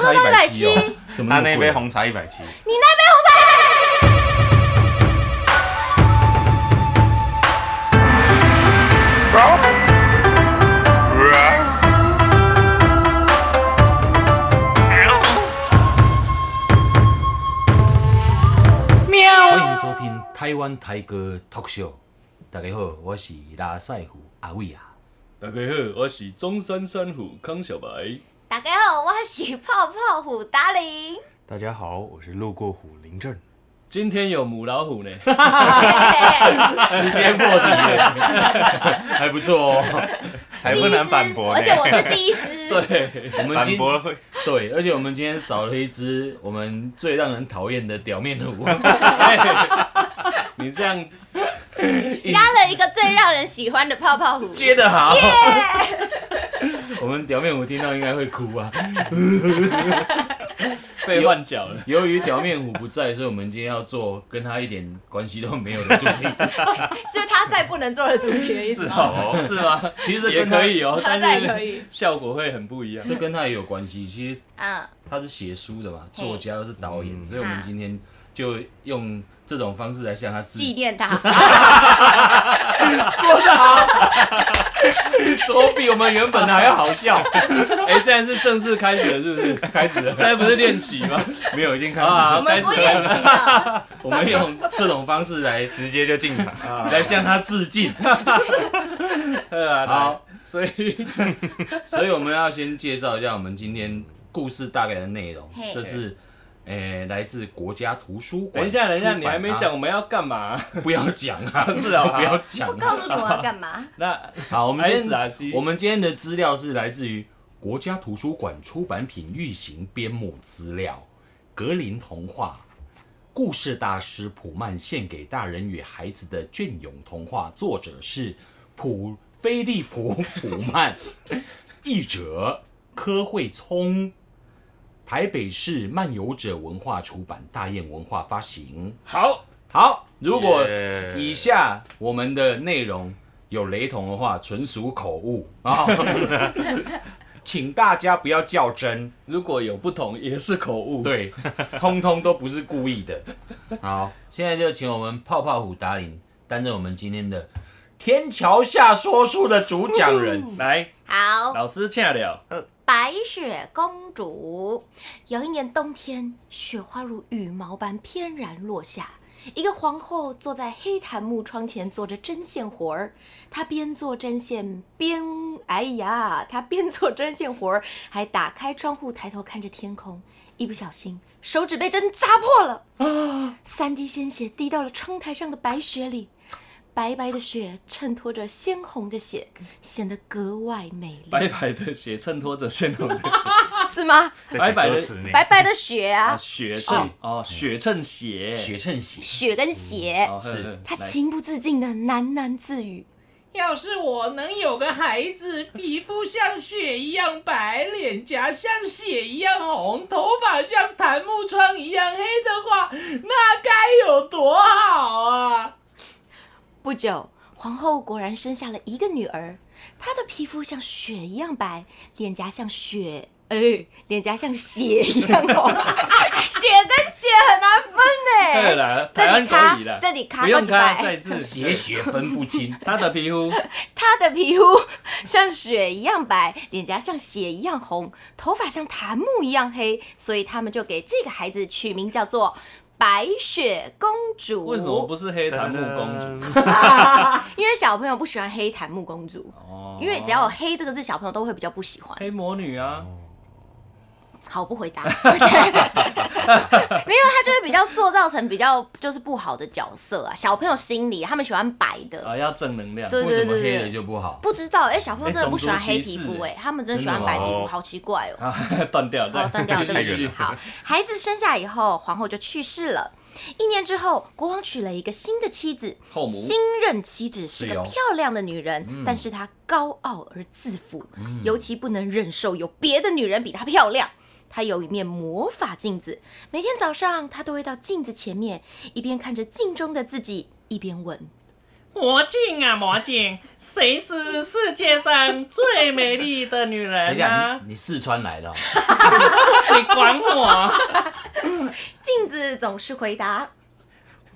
茶一百七170哦，怎么么他那啊贵杯？红茶一百七，你那杯红茶欢迎收听台湾台哥 talk show。大家好，我是拉塞虎阿伟啊。大家好，我是中山山虎康小白。大家好，我是泡泡虎达林。大家好，我是路过虎林镇。今天有母老虎呢，嘿直接破题， 还不错哦。还不能反驳呢而且我是第一只。对，我们反今驳会对，而且我们今天少了一只我们最让人讨厌的表面 虎。你这样加了一个最让人喜欢的泡泡虎，接得好。我们表面虎听到应该会哭啊。被换脚了。由于表面虎不在，所以我们今天要做跟他一点关系都没有的主题。就是他再不能做的主题的意思是吗？哦，是吗？其实也跟他可以，啊哦， 他再但也可是以，效果会很不一样。这跟他也有关系。其实嗯，他是写书的嘛，嘿作家又是导演，嗯所以我们今天就用这种方式来向他致纪敬。念他。怎么比我们原本的还 要好笑？哎，现在是正式开始了，是不是？开始了现，在不是练习吗？没有，已经开始啊我了。们不练习了，我们用这种方式来 直接就进场，来向他致敬。 呃，来好，所以所以我们要先介绍一下我们今天故事大概的内容嘿，这是。诶、来自国家图书馆。等一下，等一下，出版啊你还没讲我们要干嘛？不要 讲啊！是啊不要讲我啊、告诉你我要干嘛？那 好，我们今 S R 天 C，我们今天的资料哎是来自于国家图书馆出版品预行编目资料《格林童话》，故事大师普曼献给大人与孩子的隽永童话，作者是普菲利普普曼， 译者柯惠聪。台北市漫游者文化出版，大雁文化发行。好，好，如果 Yeah 以下我们的内容有雷同的话，纯属口误啊， 请大家不要较真，如果有不同也是口误。， 对，通通都不是故意的。好，现在就请我们泡泡虎达林担任我们今天的天桥下说书的主讲人。嗯来，好，老师恰了，白雪公主。有一年冬天，雪花如羽毛般翩然落下。一个皇后坐在黑檀木窗前做着针线活儿，她边做针线边……哎呀，她边做针线活儿，还打开窗户抬头看着天空。一不小心，手指被针扎破了，三滴鲜血滴到了窗台上的白雪里。白白的雪衬托着鲜红的血，显得格外美丽。白白的血衬托着鲜红的血。啊是吗？白在写白的歌词呢。白白的雪啊，啊， 血是衬哦，血衬鞋，血衬鞋，雪跟鞋，哦呵是呵他来情不自禁的喃喃自语。要是我能有个孩子，皮肤像雪一样白，脸颊像血一样红，头发像檀木窗一样黑的话，那该有多好啊！不久，皇后果然生下了一个女儿，她的皮肤像雪一样白，脸颊像雪，哎、脸颊像血一样 红。雪跟血很难分对呢、了，哎这台湾里可以了卡，，这里卡，不用高级白他再次 血血分不清。他的皮肤她的皮肤像雪一样白，脸颊像血一样红，头发像檀木一样黑，所以他们就给这个孩子取名叫做白雪公主。为什么不是黑檀木公主？主， 因为小朋友不喜欢黑檀木公主，哦因为只要有“黑”这个字，小朋友都会比较不喜欢。黑魔女啊，好，不回答。 没有，他就会比较塑造成比较就是不好的角色啊。小朋友心里他们喜欢白的，啊要正能量，对为对什么对黑的对。就不好？不知道，哎、小朋友真的不喜欢哎种族黑歧皮视肤，哎哎，他们真的喜欢真的白吗皮肤，哦好奇怪哦。啊 断掉，好，断掉，对不太 起远。好，孩子生下以后，皇后就去世了。一年之后，国王娶了一个新的妻子，后母新任妻子是是个哦漂亮的女人，但是她高傲而自负，尤其不能忍受有别的女人比她漂亮。她有一面魔法镜子，每天早上她都会到镜子前面，一边看着镜中的自己，一边问：“魔镜啊魔镜，谁是世界上最美丽的女等一啊人啊呢、下，你你四川来的哦、你管我？镜子总是回答。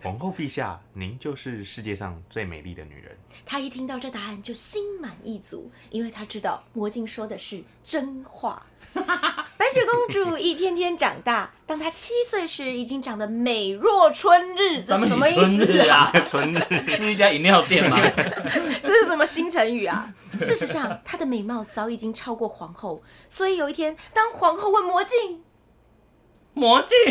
皇后陛下，您就是世界上最美丽的女人。他一听到这答案就心满意足，因为他知道魔镜说的是真 话。白雪公主一天天长大，当她七岁时，已经长得美若春日，这咱是什们是么意春思日啊？啊，春日 是一家饮料店嘛。 这是什么新成语 啊？事实上，她的美貌早已经超过皇后，所以有一天，当皇后问魔镜，魔镜，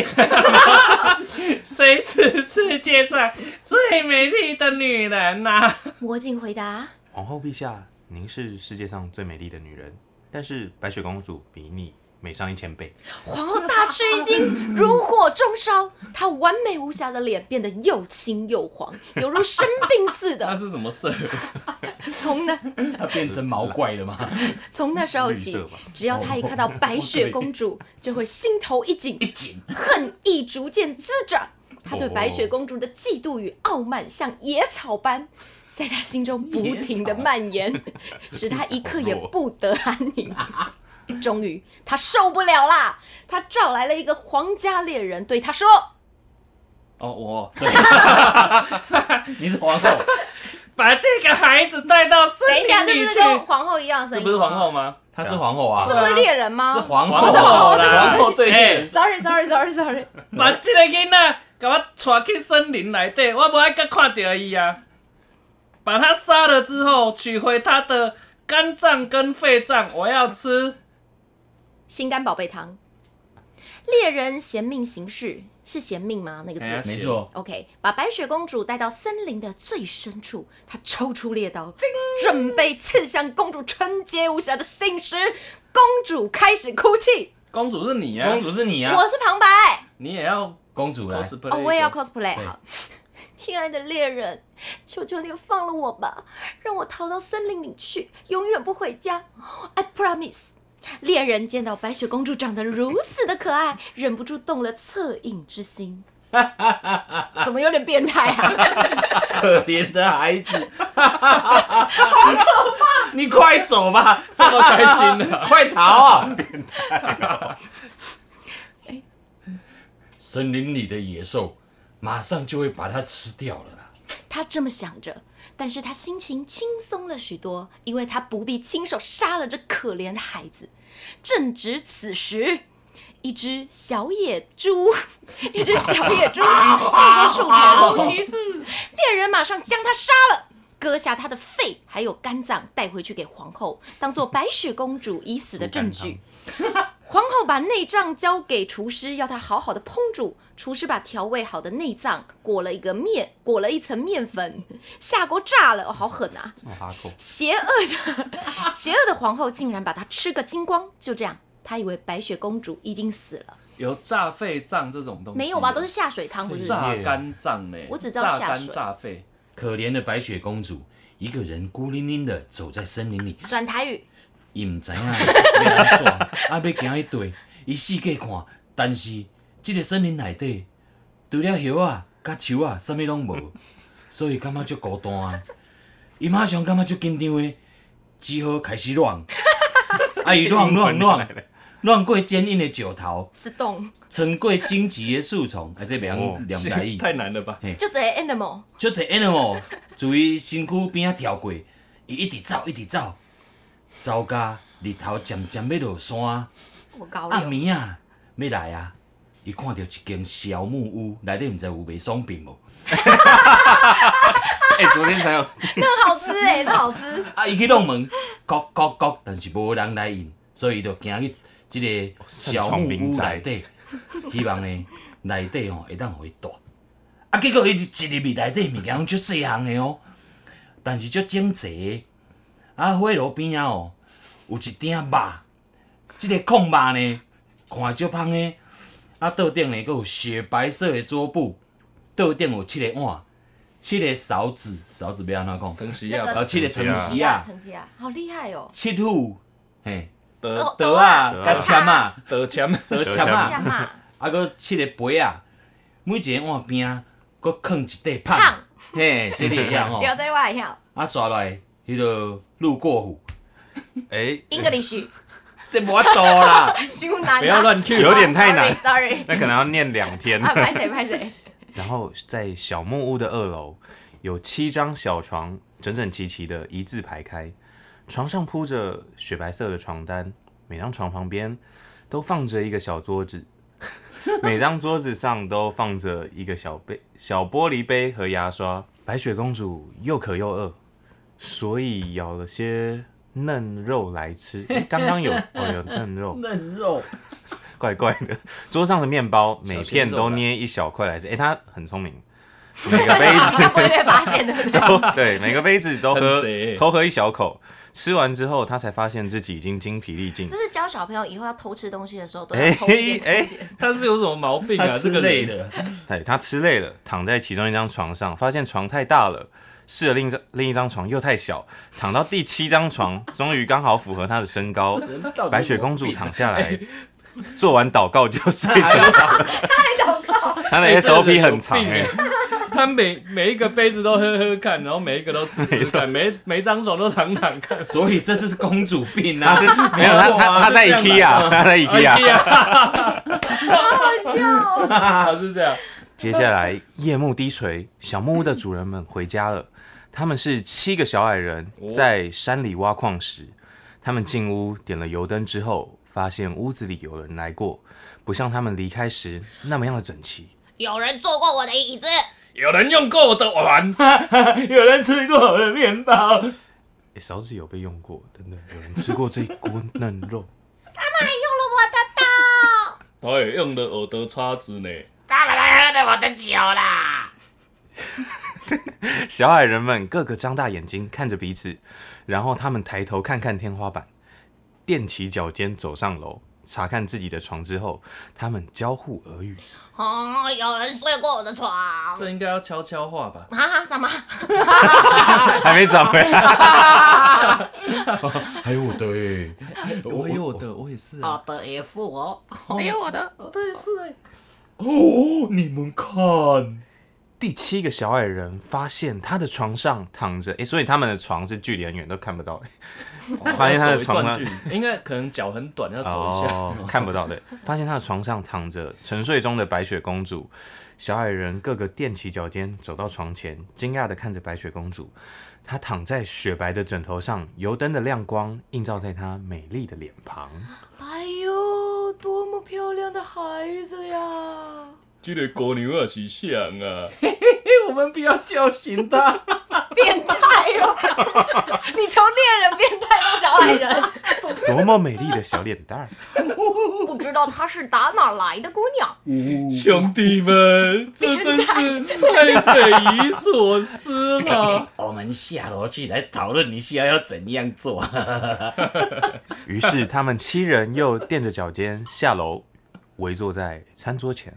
谁是世界上最美丽的女人啊呐、魔镜回答皇后陛下，您是世界上最美丽的女人，但是白雪公主比你美上一千倍。皇后大吃一惊，如火中烧，她完美无瑕的脸变得又青又黄，犹如生病似那的。是什么色？从那它变成毛怪了 吗？从那时候绿起色吧，只要她一看到白雪公主，就会心头一紧，一紧，恨意逐渐滋长。她对白雪公主的嫉妒与傲慢像野草般。在她心中不停的蔓延，使她一刻也不得安宁。终于，她受不了啦！她找来了一个皇家猎人，对她说：“哦，我 你是皇后，把这个孩子带到森等一下，这林不里是去，跟皇后一样的声这音？不是皇后？吗？她是皇后啊，这不是猎人吗？是皇后啊哦这皇后哦皇啦后对哎面 Sorry, sorry, sorry, sorry。把这个囡仔给我带去森林内底，我无爱再看到伊啊！把他杀了之后，取回他的肝脏跟肺脏，我要吃。心肝宝贝糖。猎人嫌命行事，是嫌命吗？那个字。哎呀没错， OK，把白雪公主带到森林的最深处，他抽出猎刀，准备刺向公主纯洁无瑕的心时，公主开始哭泣。公主是你啊公，主是你啊，我是旁白。你也要公主来， cosplay 一个。哦，我也要 cosplay 对好。 亲爱的猎人，求求你放了我吧，让我逃到森林里去，永远不回家。I promise。猎人见到白雪公主长得如此的可爱，忍不住动了恻隐之心。 怎么有点变态啊？可怜的孩子， 好可怕！你快走吧，这么开心的， 快逃啊！ 哎森林里的野兽马上就会把它吃掉了啦。他这么想着，但是他心情轻松了许多，因为他不必亲手杀了这可怜的孩子。正值此时，一只小野猪， 一只小野猪透过树丛好骑士，猎人马上将他杀了，割下他的肺还有肝脏带回去给皇后，当做白雪公主已死的证据。皇后把内脏交给厨师，要他好好的烹煮。厨师把调味好的内脏裹了一个面，裹了一层面粉，下锅炸了，哦，好狠啊！这么哈扣，邪恶的邪恶的皇后竟然把它吃个精光，就这样，她以为白雪公主已经死了，有炸肺脏这种东西的，没有吧？都是下水汤，不是？炸肝脏呢。我只知道炸下肝水炸肺，可怜的白雪公主一个人孤零零的走在森林里，转台语，伊毋知影要 安怎，啊要行去对，伊四界看，但是即、个森林内底除了叶啊、甲树啊，啥物拢无，所以感觉足孤单啊。伊马上感觉足紧张的，只好开始乱， 啊伊乱乱 乱，哎乱过坚硬的石头，自动穿过荆棘的树丛，啊这袂哦晓念台语。太难了吧？就这 animal。足侪 animal 从伊身躯边仔跳过，伊一直走，一直走，走甲日头渐渐要落山，暗我搞了。暝啊要来啊，伊看到一间小木屋，内底毋知有卖爽饼无？哎、昨天才有，那好吃哎、那好吃。啊，伊去弄门，敲敲敲，但是无人来应，所以伊就行去即个小木屋内底，希望呢内底吼会当互伊住。啊，结果伊一入去内底物件拢足细项的哦，但是足整齐的。啊，火炉边啊哦，有一鼎肉，即、个空肉呢，看足芳的。啊，桌顶呢，佫有雪白色的桌布，桌顶有七个碗，七个勺子，勺子要安怎讲？跟西亚那啊，七个藤藤匙啊，藤吉啊，好厉害哦！七兔，嘿，呃得刀啊，甲签啊，得签，刀签下啊，嘛，啊，搁七个杯啊，每一个碗边啊，搁放一块胖棒，嘿，这里一样哦不。要再外跳啊，刷下来，迄个路过虎，哎， ，English 这无多啦。修难啊，不要乱 Q 有点太难 Sorry，sorry 那可能要念两天。 啊，拍谁拍谁，然后在小木屋的二楼有七张小床，整整齐齐的一字排开，床上铺着雪白色的床单，每张床旁边都放着一个小桌子， 每张桌子上都放着一个小杯、小玻璃杯和牙刷。白雪公主又渴又饿，所以咬了些嫩肉来吃。诶刚刚有哦，有嫩肉，嫩肉，啊怪怪的。 桌上的面包每片小鲜肉都啦捏一小块来吃，哎、他很聪明，每个杯应该不会被发现的。子对每个杯子都喝很贼偷喝一小口，吃完之后他才发现自己已经精疲力尽这。是教小朋友以后要偷吃东西的时候都要哎偷一点哎，他是有什么毛病他啊？吃这个累人，了，对哎他吃累了，躺在其中一张床上，发现床太大了。试了另一张另一张床又太小，躺到第七张床，终于刚好符合他的身高。白雪公啊主躺下来，做完祷告就睡觉了。他的哎这个人 SOP 有很长病欸哎、他每每一个杯子都喝喝看，然后每一个都吃没吃错看，每每一张床都躺躺看。所以这是公主病他啊。是没有他他他在啊是这 IKEA，样他在哎 IKEA。 哦啊， 是这样，接下来夜幕低垂，小木屋的主人们回家了。他们是七个小矮人，在山里挖矿石。他们进屋点了油灯之后，发现屋子里有人来过，不像他们离开时那么样的整齐。有人坐过我的椅子，有人用过我的碗， 有人吃过我的面包，诶勺子有被用过，真的有人吃过这一锅嫩肉。我也用了我的叉子呢。他们来喝了我的酒啦！小矮人们个个张大眼睛看着彼此，然后他们抬头看看天花板，踮起脚尖走上楼，查看自己的床之后，他们交互耳语。 哦，有人睡过我的床。啊这应该要悄悄话吧？哈什么？还没找回来。还有我的欸，我哎有我的，我也是哎啊。我的也是我，哦，你们看，哎第七个小矮人发现他的床上躺着，诶，所以他们的床是距离很远都看不到、诶发现他的床要上走一段距 离应该可能脚很短，要走一下。哦看不到 的，发现他的床上躺着沉睡中的白雪公主。小矮人个个踮起脚尖走到床前，惊讶的看着白雪公主，她躺在雪白的枕头上，油灯的亮光映照在她美丽的脸 庞。哎呦，多么漂亮的孩子呀！这个姑娘 也是像啊，我们不要叫醒他。 变态哦！你从恋人变态到小矮人， 多么美丽的小脸蛋儿！不知道她是打哪来的姑娘。兄弟们，这真是太匪夷所思了。我们下楼去来讨论一下要怎样做。于是他们七人又踮着脚尖下楼，围坐在餐桌前。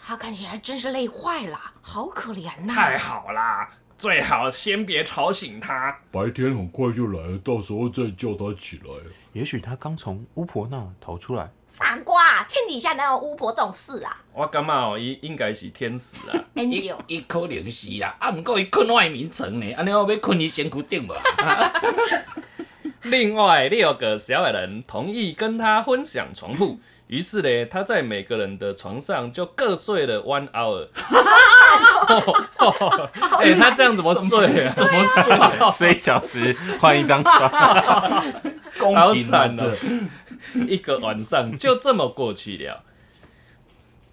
她看起来真是累坏了，好可怜呐、 太好啦，最好先别吵醒他。白天很快就来了，到时候再叫他起来。也许他刚从巫婆那逃出 来。傻瓜，天底下哪有巫婆这种事啊我感觉哦，伊应该是天使 啊。伊？Angel，伊可能是啦，啊，毋过伊困外眠床呢，安尼我要困伊身躯顶无？ 另外六个小矮人同意跟他分享床铺，于是呢，他在每个人的床上就各睡了 one hour。哎、他这样怎么睡啊？怎么睡？睡一小时换一张床， 公好平惨啊！哦这 一个晚上就这么过去了。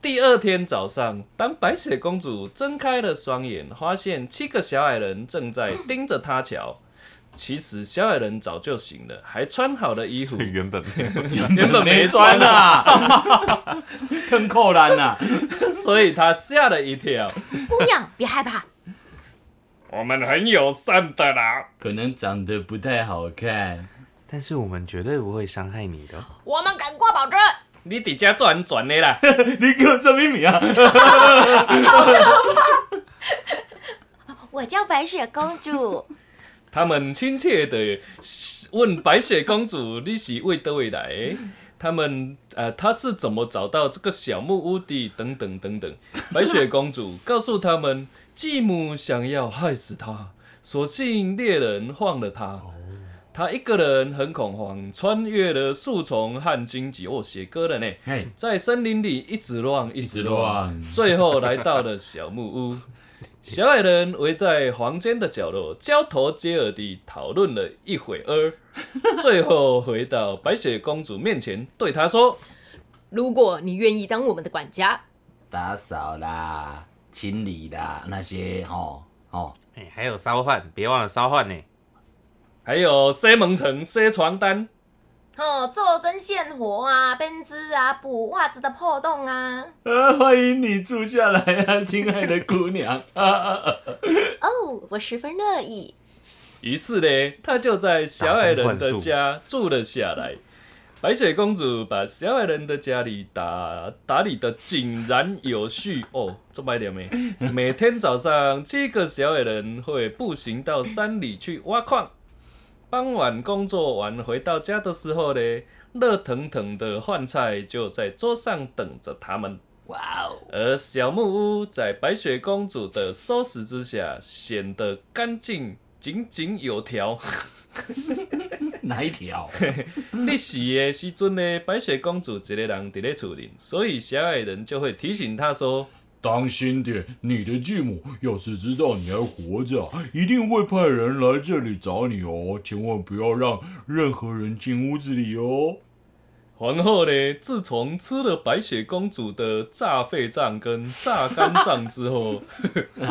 第二天早上，当白雪公主睁开了双眼，发现七个小矮人正在盯着她瞧。其实小矮人早就醒了，还穿好了 衣服，原本没有原本没穿穿啊。啊， 更扣篮啊！所以他吓了一跳。姑娘别害怕，我们很友善的啦，可能长得不太好看， 但是我们绝对不会伤害你的。哦我们敢挂保证。你底家转转的啦。你给我这边名啊！我叫白雪公主，他们亲切的问白雪公主：“你是为哪位来的？”他们呃，他是怎么找到这个小木屋的？等等等等。白雪公主告诉他们，继母想要害死她，所幸猎人放了她。她一个人很恐慌，穿越了树丛和荆棘。哦，写歌了呢，嘿，在森林里一直乱，一一直直乱，乱，最后来到了 小木屋。小矮人围在房间的角落，交头接耳地讨论了一会儿，最后回到白雪公主面前，对她说 如果你愿意当我们的管家，打扫啦，清理啦，那些吼吼，哎、还有烧饭，别忘了烧饭呢。：“还有塞蒙城、塞床单，哦，做针线活啊，编织啊，补袜子的破洞啊。呃，欢迎你住下来啊，亲爱的姑娘。啊啊啊！哦，我十分乐意。于是呢，他就在小矮人打工的换宿家住了下来。白雪公主把小矮人的家里打打理的井然有序哦，这么一点没？每天早上，七个小矮人会步行到山里去挖矿。傍晚工作完回到家的时候呢，热腾腾的饭菜就在桌上等着他们。哇哦，而小木屋在白雪公主的收拾之下，显得干净、井井有条。 哪一条？历史的时阵呢，白雪公主一个人伫咧厝里，所以小矮人就会提醒她说当心点，你的继母要是知道你还活着啊，一定会派人来这里找你哦，千万不要让任何人进屋子里哦。：“皇后呢，自从吃了白雪公主的炸肺脏跟炸肝脏之后，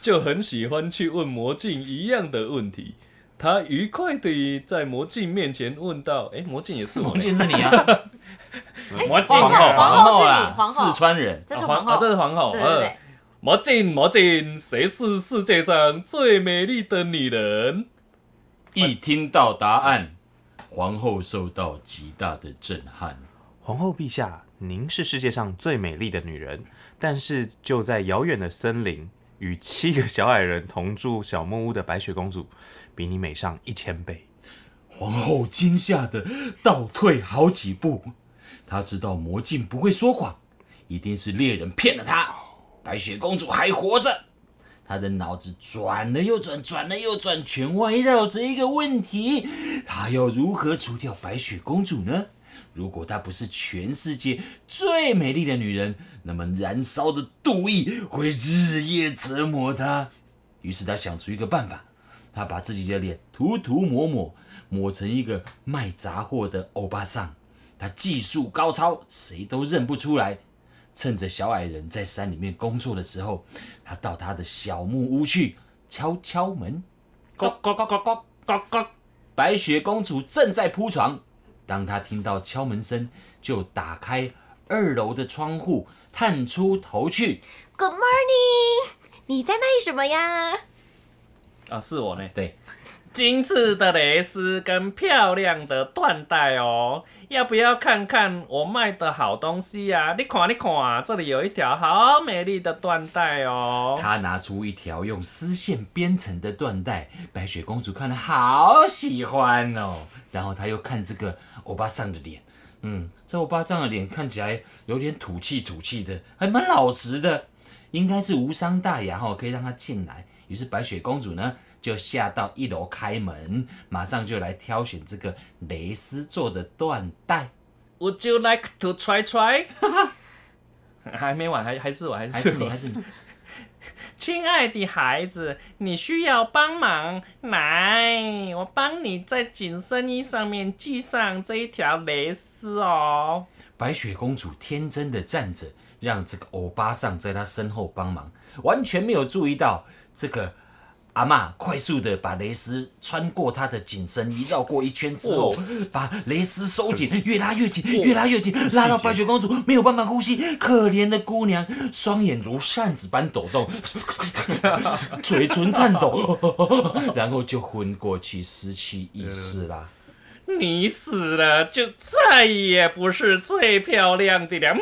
就很喜欢去问魔镜一样的问题。”她愉快地在魔镜面前问道：“诶，魔镜也是我王呢，健是你 啊，魔镜皇后哎皇后是啊你，皇后四川人，这是啊皇啊后，这是皇后，对对呃对，魔镜，魔镜，谁是世界上最美丽的女人？一听到答案，皇后受到极大的震撼。皇后陛下，您是世界上最美丽的女人，但是就在遥远的森林，与七个小矮人同住小木屋的白雪公主，比你美上一千倍。皇后惊吓的倒退好几步，她知道魔镜不会说谎，一定是猎人骗了她。白雪公主还活着，她的脑子转了又转，转了又转，全围绕着一个问题：她要如何除掉白雪公主呢？如果她不是全世界最美丽的女人，那么燃烧的妒意会日夜折磨她。于是她想出一个办法，她把自己的脸涂涂抹抹，抹成一个卖杂货的欧巴桑。他技术高超，谁都认不出来。趁着小矮人在山里面工作的时候，他到他的小木屋去敲敲门，咯咯咯咯咯咯咯。白雪公主正在铺床，当她听到敲门声，就打开二楼的窗户，探出头去。 Good morning，你在卖什么呀？啊，是我呢。对，精致的蕾丝跟漂亮的缎带哦，要不要看看我卖的好东西呀、你看，你看，这里有一条好美丽的缎带哦。她拿出一条用丝线编成的缎带，白雪公主看了好喜欢哦。然后她又看这个欧巴桑的脸，嗯，这欧巴桑的脸看起来有点土气土气的，还蛮老实的，嗯应该是无伤大雅哈、哦，可以让他进来。于是白雪公主呢就下到一楼开门，马上就来挑选这个蕾丝做的缎带， Would you like to try try？还没完，还还是我，还还是是你 我还。是你？亲爱的孩子，你需要帮忙，来，我帮你在紧身衣上面系上这一条蕾丝哦。白雪公主天真的站着，让这个欧巴桑在她身后帮忙，完全没有注意到这个阿嬷快速的把蕾丝穿过她的紧身衣，绕过一圈之后，把蕾丝收紧，越拉越紧，越拉越紧，拉到白雪公主没有办法呼吸。可怜的姑娘，双眼如扇子般抖动，嘴唇颤抖， 然后就昏过去，失去意识啦。你死了就再也不是最漂亮的了。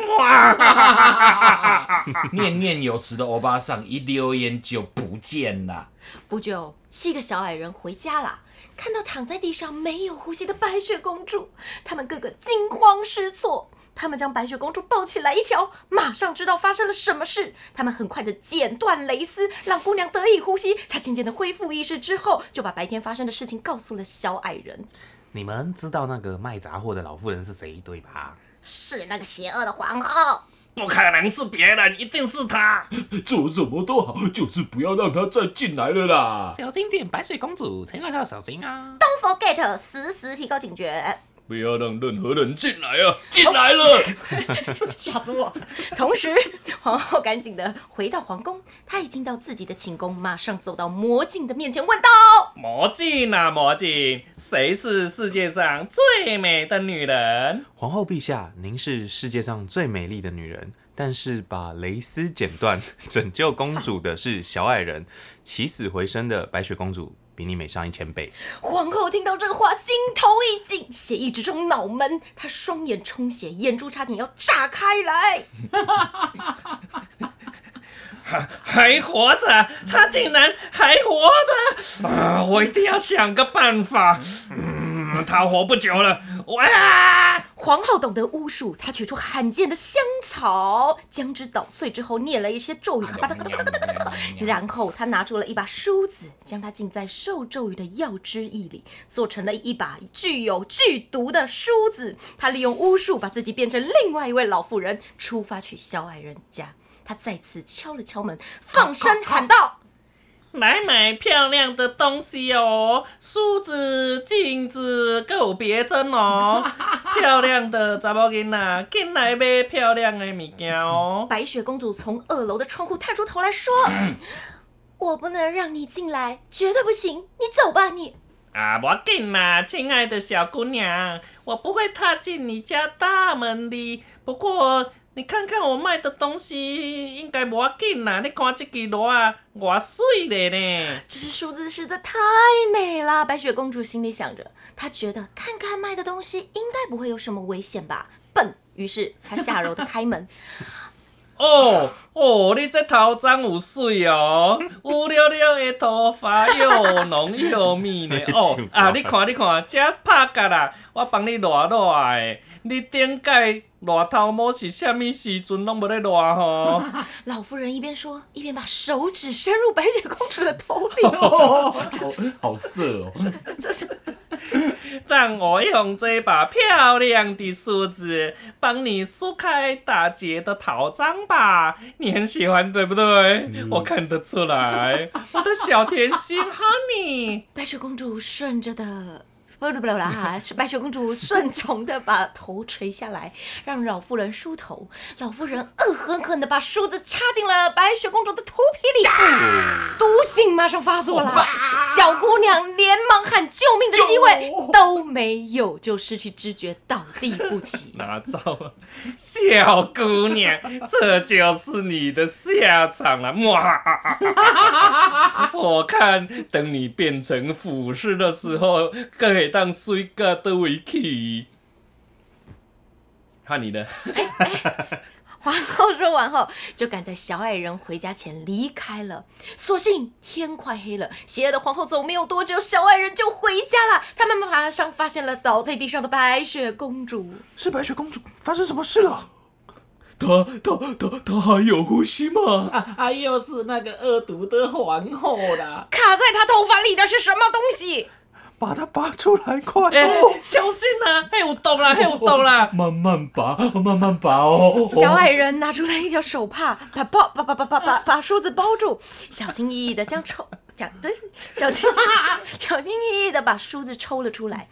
哇！念念有词的欧巴桑一溜烟就不见了。不久，七个小矮人回家啦，看到躺在地上没有呼吸的白雪公主，他们个个惊慌失措。他们将白雪公主抱起来一瞧，马上知道发生了什么事。他们很快的剪断蕾丝，让姑娘得以呼吸。她渐渐的恢复意识之后，就把白天发生的事情告诉了小矮人。你们知道那个卖杂货的老妇人是谁对吧？是那个邪恶的皇后。不可能是别人，一定是他。做什么都好，就是不要让他再进来了啦。小心点，白雪公主，千万要小心啊！ Don't forget，时时提高警觉。不要让任何人进来啊！进来了，吓死我！ 同时，皇后赶紧的回到皇宫，她已经到自己的寝宫，马上走到魔镜的面前，问道魔镜啊，魔镜，谁是世界上最美的女人？皇后陛下，您是世界上最美丽的女人，但是把蕾丝剪断，拯救公主的是小矮人，起死回生的白雪公主比你美上一千倍。：“皇后听到这话，心头一紧，血液直冲脑门，她双眼充血，眼珠差点要炸开来。还活着，她竟然还活着！啊，我一定要想个办法。嗯，她活不久了。哇！皇后懂得巫术，她取出罕见的香草，将之捣碎之后，念了一些咒啊语，然后她拿出了一把梳子，将它浸在受咒语的药汁液里，做成了一把具有剧毒的梳子。她利用巫术把自己变成另外一位老妇人，出发去小矮人家。她再次敲了敲门，放声喊道买买漂亮的东西哦，梳子、镜子，个别针哦。漂亮的查某囡仔，进来买漂亮的物件：“哦。白雪公主从二楼的窗户探出头来说，我不能让你进来，绝对不行！你走吧，你。”啊，我紧啦，亲爱的小姑娘，我不会踏进你家大门的。不过你看看我卖的东西，应该无紧啦。你看这支螺啊，偌水的呢。这是数字实在太美了，白雪公主心里想着，她觉得看看卖的东西应该不会有什么危险吧，笨。于是她下楼的开门，哦哦，你这头髪有水哦，乌溜溜的头发又浓又密呢。哦啊，你看你看，这拍甲啦，我帮你捋捋的。你顶届捋头毛是啥物时阵拢无咧捋吼？老妇人一边说一边把手指伸入白雪公主的头顶。 好色哦！这是让我用这把漂亮的梳子帮你梳开打结的桃章吧，你很喜欢对不对？我看得出来，我的小甜心 Honey。白雪公主顺着的。不不不啦！白雪公主顺从的把头垂下来，让老妇人梳头。老妇人恶狠狠的把梳子插进了白雪公主的头皮里，毒性马上发作了。小姑娘连忙喊救命的机会都没有，就失去知觉，倒地不起。哪招啊？小姑娘，这就是你的下场了！ 哇！我看等你变成腐尸的时候，可以当水个的维去。看你的，皇后说完后，就赶在小矮人回家前离开了。所幸天快黑了，邪恶的皇后走没有多久，小矮人就回家了。他们马上发现了倒在地上的白雪公主。是白雪公主，发生什么事了？他他他他还有呼吸吗？啊，又是那个恶毒的皇后啦！卡在她头发里的是什么东西？把她拔出来，快！哎、小心啊！嘿，有动啦，嘿，有哦动啦！慢慢拔，慢慢拔哦。小矮人拿出来一条手帕，把包把把把把把把梳子包住，小心翼翼的将抽将对，小心小心翼翼的把梳子抽了出来。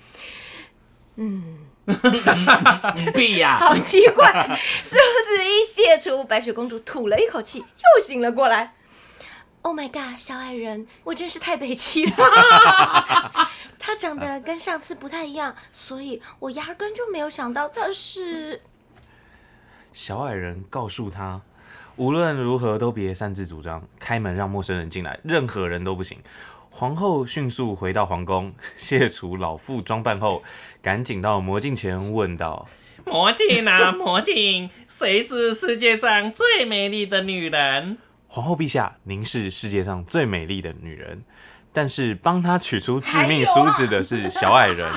必哦呀、 好奇怪，梳子一卸除，白雪公主吐了一口气，又醒了过来。Oh my god，小矮人，我真是太北齐了。 他长得跟上次不太一样，所以我压根就没有想到他是。小矮人告诉他，无论如何都别擅自主张，开门让陌生人进来，任何人都不行。皇后迅速回到皇宫， 卸除老妇装扮后，赶紧到魔镜前问道魔镜啊，魔镜，谁是世界上最美丽的女人？：“皇后陛下，您是世界上最美丽的女人，但是帮他取出致命梳子的是小矮人，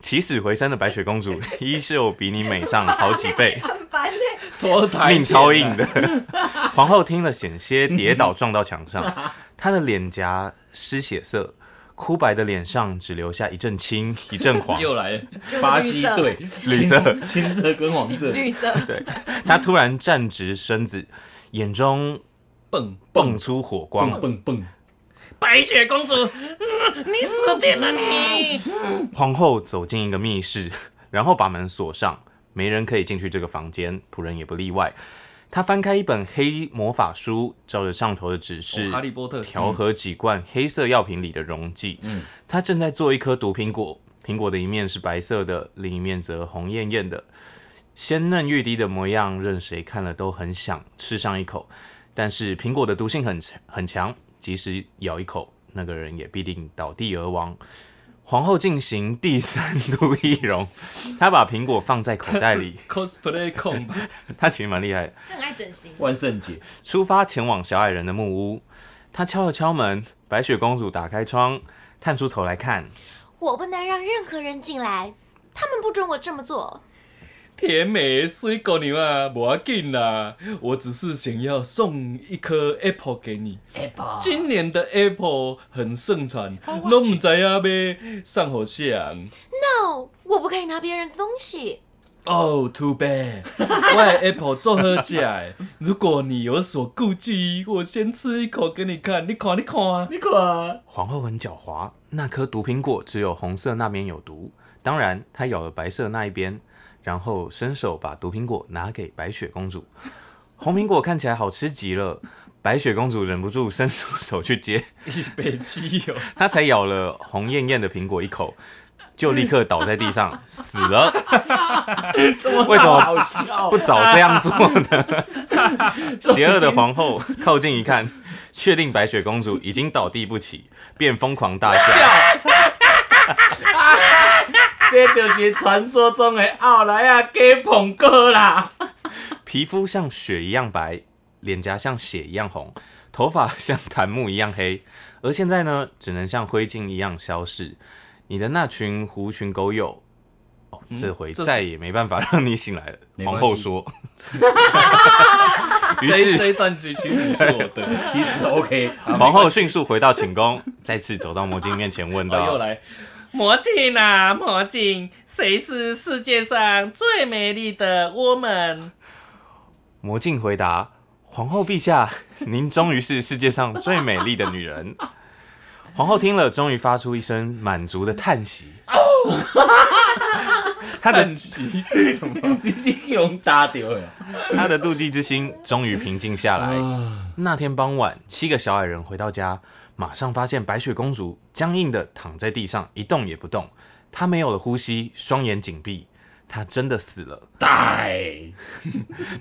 起死回生的白雪公主 依旧比你美上 好几倍， 很烦嘞、脱啊胎命超硬的，的。 皇后听了险些跌倒撞到墙 上，她的脸颊失血色，枯白的脸上只留下一阵 青一阵黄。又来了，巴西队绿色，青色跟黄色，绿色，对，她突然站直身子，眼中蹦！蹦出火光。蹦蹦蹦，白雪公主，嗯你死定了你！皇后走进一个密室， 然后把门锁上，没人可以进去这个房间，仆人也不例外。她翻开一本黑魔法书，照着上头的指示，哦哈利波特嗯调和几罐黑色药瓶里的溶剂。嗯，她正在做一颗毒苹果，苹果的一面是白色的，另一面则红艳艳的，鲜嫩欲滴的模样，任谁看了都很想吃上一口。但是苹果的毒性很强很强，即使咬一口，那个人也必定倒地而亡。皇后进行第三 度易容，她把苹果放在口袋里， cosplay 控吧，她其实蛮厉害的。很爱整形。 万圣节，出发前往小矮人的木屋，她敲了敲门，白雪公主打开窗，探出头来看，我不能让任何人进来，他们不准我这么做。甜美的水姑娘啊，无要紧啦，我只是想要送一颗 apple 给你。 Apple 今年的 apple 很盛产，都唔知啊啊要送给谁。 No，我不可以拿别人的东西。 Oh, too bad！我的 apple 做好吃的，如果哦你有所顾忌，我先吃一口给你看，你看，你看啊！你看，皇后很狡猾，那颗毒苹果只有红色那边有毒，当然她咬了白色那一边，然后伸手把毒苹果拿给白雪公主。红苹果看起来好吃极了，白雪公主忍不住伸出手去接，一北七哦，啊 她才咬了红艳艳的苹果一口，就立刻倒在地上死了。为什么不早这样做呢？邪恶的皇后靠近一看，确定白雪公主已经倒地不起，便疯狂大笑。这就是传说中的奥莱啊亚给捧哥啦。皮肤像雪一样白，脸颊像血一样红，头发像檀木一样黑，而现在呢，只能像灰烬一样消逝。你的那群狐群狗友，哦，这回嗯这是再也没办法让你醒来了。没关皇系后说，于这一这是一段剧情实是我的。 其实 OK，好皇后迅速回到寝宫，再次走到魔镜面前问哦，又道来魔镜啊，魔镜，谁是世界上最美丽的 woman？：“ 魔镜回答，皇后陛下， 您终于是世界上最美丽的女人。”皇后听了，终于发出一声满足的叹息。她的叹息是什么？你已经用搭掉了，他的妒忌之心终于平静下来。那天傍晚，七个小矮人回到家，马上发现白雪公主僵硬的躺在地上，一动也不动。她没有了呼吸，双眼紧闭，她真的死了。带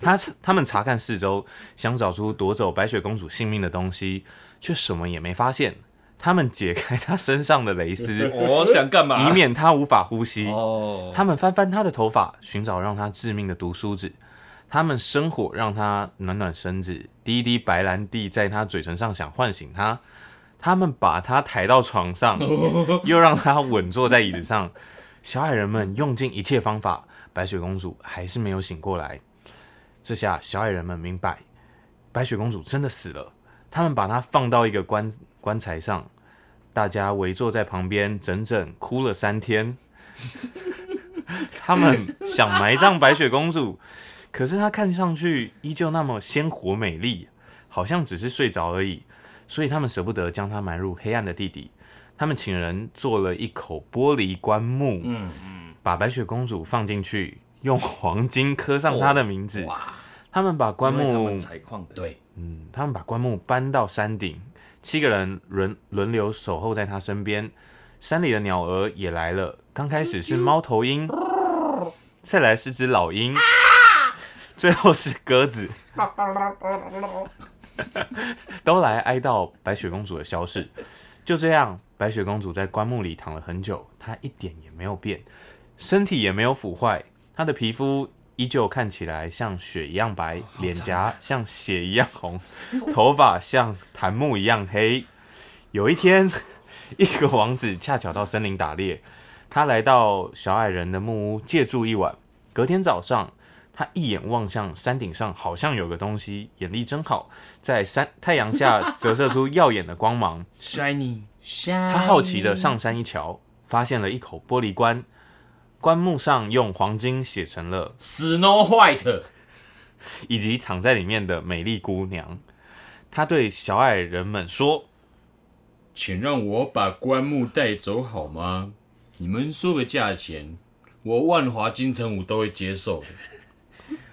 他他们查看四周，想找出夺走白雪公主性命的东西，却什么也没发现。他们解开她身上的 蕾丝，我想干嘛？以免她无法呼吸。哦，他们翻翻她的头发，寻找让她致命的毒梳子。他们生火让她暖暖身子，滴一滴白兰地在她嘴唇上，想唤醒她。他们把她抬到床上，又让她稳坐在椅子上。小矮人们用尽一切方法，白雪公主还是没有醒过来。这下小矮人们明白，白雪公主真的死了。他们把她放到一个棺棺材上，大家围坐在旁边，整整哭了三天。他们想埋葬白雪公主，可是她看上去依旧那么鲜活美丽，好像只是睡着而已，所以他们舍不得将她埋入黑暗的地底。他们请人做了一口玻璃棺木，嗯嗯，把白雪公主放进去，用黄金刻上她的名字。哇，他们把棺因为他们木采矿的，对，嗯，他们把棺木搬到山顶，七个人轮轮流守候在他身边。山里的鸟儿也来了，刚开始是猫头鹰，再来是只老鹰，最后是鸽子， 都来哀悼白雪公主的消逝。就这样，白雪公主在棺木里躺了很久，她一点也没有变，身体也没有腐坏，她的皮肤依旧看起来像雪一样白，脸颊像血一样红，头发像檀木一样黑。有一天，一个王子恰巧到森林打猎，他来到小矮人的木屋借住一晚。隔天早上，他一眼望向山顶上，好像有个东西，眼力真好，在山太阳下折射出耀眼的光芒。 Shiny，哎他好奇的上山一瞧，发现了一口玻璃棺，棺木上用黄金写成了 Snow White，以及藏在里面的美丽姑娘。他对小矮人们说请让我把棺木带走好吗？你们说个价钱，我万华金城武都会接受的。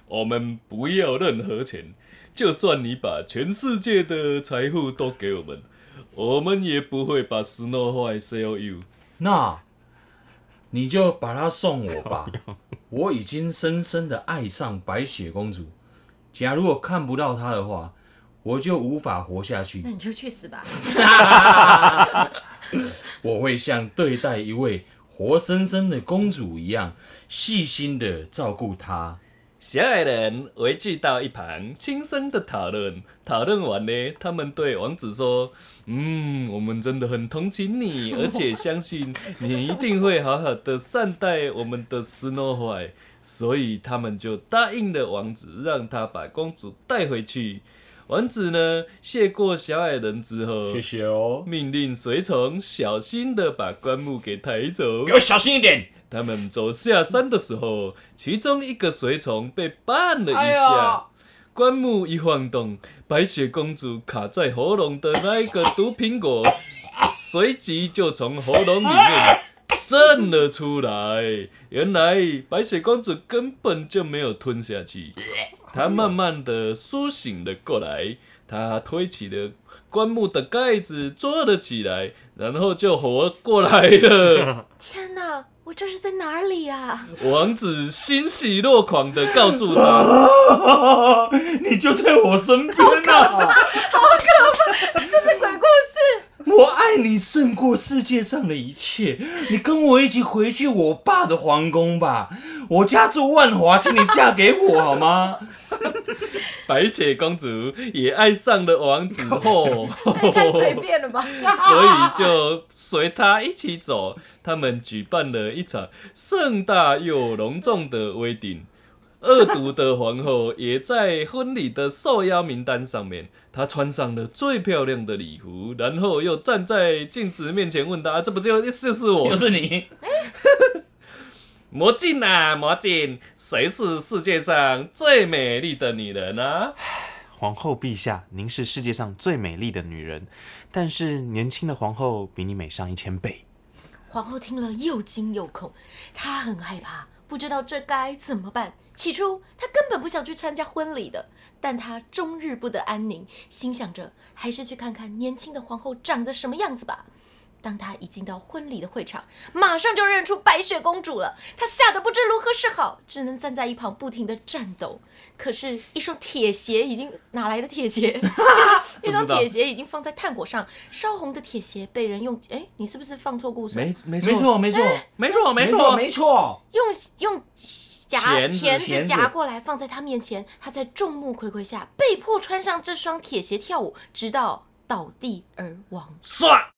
我们不要任何钱，就算你把全世界的财富都给我们，我们也不会把 Snow White sell you。那你就把它送我吧。我已经深深的爱上白雪公主，假如我看不到她的话，我就无法活下去那。你就去死吧！我会像对待一位活生生的公主一样，细心的照顾她。小矮人围聚到一旁，轻声的讨论。讨论完呢，他们对王子说：“嗯，我们真的很同 情你，而且相信你一定会好好的善待我们的 Snow White。”所以他们就答应了王子，让他把公主带回去。王子呢，谢过小矮人之后，谢哦，命令随从小心的把棺木给抬走。给我小心一点。他们走下山的时候，其中一个随从被绊了一哎下，呦，棺木一晃动，白雪公主卡在喉咙的那一个毒苹果，随即就从喉咙里面震了出来。原来白雪公主根本就没有吞下去，她慢慢的苏醒了过来，她推起了棺木的盖子，坐了起来，然后就活过来了。 天哪，我这是在哪里啊？王子欣喜若狂的告诉他， 你就在我身边啊！这鬼故事，我爱你胜过世界上的一切。你跟我一起回去我爸的皇宫吧。我家住万华，请你嫁给我好 吗？白雪公主也爱上了王子 后，那也太随便了吧！所以就随他一起走。他们举办了一场盛大又隆重的 wedding。恶毒的皇后也在婚礼的受邀名单上面，她穿上了最漂亮的礼服，然后又站在镜子面前问她：“啊这不就就是我又是你，魔镜啊，魔镜，谁是世界上最美丽的女人啊？：“皇后陛下，您是世界上最美丽的女人，但是年轻的皇后比你美上一千倍。皇后听了又惊又恐，她很害怕，不知道这该怎么办。起初她根本不想去参加婚礼的，但她终日不得安宁，心想着还是去看看年轻的皇后长得什么样子吧。当她一进到婚礼的会场，马上就认出白雪公主了。她吓得不知如何是好，只能站在一旁不停的颤抖。可是，一双铁鞋已经哪来的铁鞋？一双铁鞋已经放在炭火上，烧红的铁鞋被人用……哎，你是不是放错故事？没没，错没错没错，没没错没错，用用夹钳子钳子钳子夹过来，放在他面前，他在众目睽睽下被迫穿上这双铁鞋跳舞，直到倒地而亡。算。